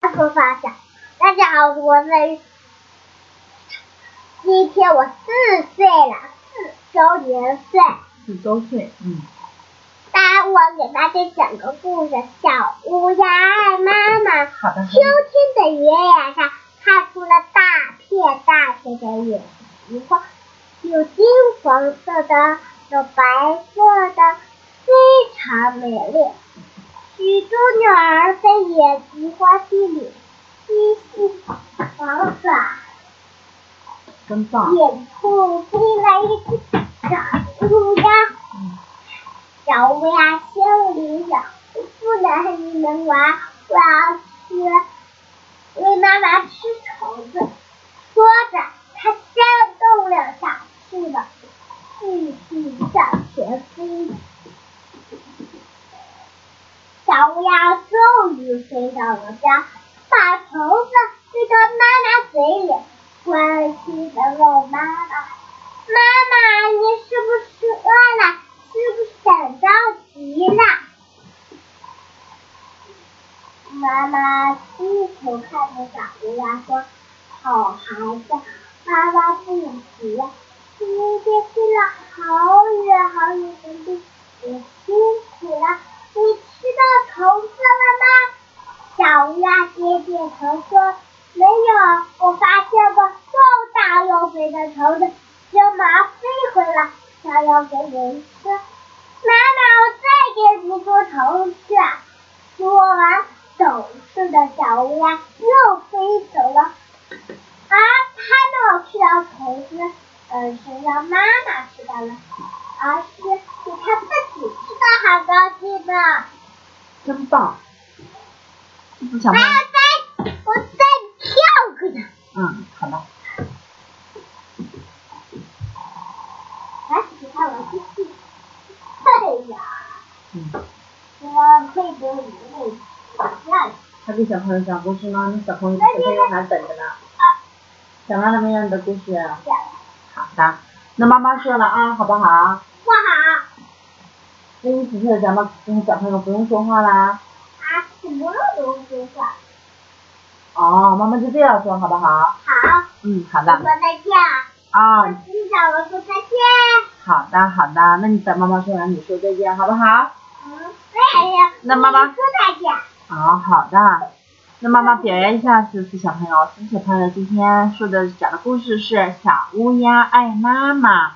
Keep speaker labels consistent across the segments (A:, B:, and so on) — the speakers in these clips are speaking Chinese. A: 头发小。大家好，我是今天我四岁了，四周年岁。
B: 四周岁，嗯，
A: 那我给大家讲个故事：小乌鸦爱妈妈。
B: 好的，好
A: 秋天
B: 的
A: 的原野上看出了大片大片的野菊花，有金黄色的，有白色的，非常美丽。许多鸟儿在野菊花地里嬉戏玩耍，
B: 真棒，
A: 远处飞来一只小乌鸦，
B: 嗯，
A: 小乌鸦心里想：不能和你们玩，我要去为妈妈吃虫子。说着，它扇动两下翅膀，继续向前飞。小乌鸦终于飞到了家，把虫子飞到妈妈嘴里，关心的问妈妈：“妈妈，你是不是饿了？是不是等着急了？”妈妈低头看着小乌鸦说：“好孩子，妈妈不急，今天飞了好远好远的路，你辛苦了。你吃到虫子了吗？”小乌鸦点点头说：“没有，我发现过又大又肥的虫子，就忙飞回来，想要给人吃。妈妈，我再给你捉虫子。”说完，懂事的小乌鸦又飞走了。而它没有吃到虫子，而是让妈妈吃到了，而是比它自己吃的还高兴呢。
B: 真棒，是不是小
A: 还
B: 猫
A: 要？再，我再跳个呀！
B: 嗯，好的，
A: 来，哎你看我继续。哎呀，
B: 嗯，
A: 我配得你配不上。
B: 他给小朋友讲故事呢，那小朋友小朋友还等着呢，讲完了没有你的故事？啊好的，那妈妈说了啊，好不好？
A: 不好
B: 那你几岁了？咱们跟小朋友不用说话啦。
A: 啊，什么都不话。
B: 哦，妈妈就这样说，好不好？
A: 好，
B: 嗯，好
A: 我
B: 的。
A: 再见。
B: 啊、
A: 我听到我说再见。
B: 好的，好的。那你等妈妈说完，你说再见，好不好？
A: 嗯，对呀。
B: 那妈妈
A: 你说再见。
B: 好好的，那妈妈表扬一下四岁小朋友。四岁小朋友今天说的讲的故事是《小乌鸦爱妈妈》，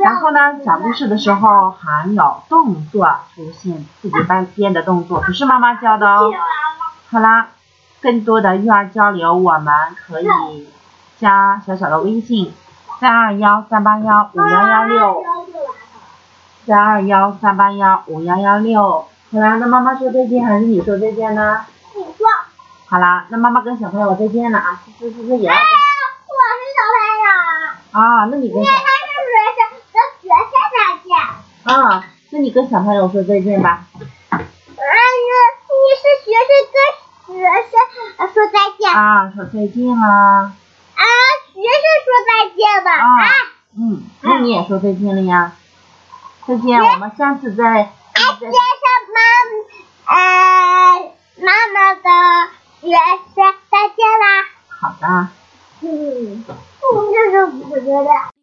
B: 然
A: 然
B: 后呢，讲故事的时候还有动作出现，自己班编的动作，不是妈妈教的哦。好啦，更多的育儿交流，我们可以加小小的微信：三二幺三八幺五幺幺六。三二幺三八幺五幺幺六。好啦，那妈妈说再见还是你说再见呢？
A: 你说，
B: 好啦，那妈妈跟小朋友再见了啊，思思思思也要
A: 哎呀，我是小朋友，
B: 啊，那你
A: 因
B: 跟
A: 为
B: 小
A: 他是学生，跟学生再见。
B: 啊，那你跟小朋友说再见吧。
A: 哎呀，你是学生跟学生说再见，啊，
B: 啊，说再见啦。
A: 学生说再见吧，
B: 啊
A: 啊，，
B: 嗯，那你也说再见了呀。再见，我们下次再
A: 还
B: 再
A: 接上妈，呃，妈妈的学生再见啦。
B: 好的。
A: 嗯，这是我觉得。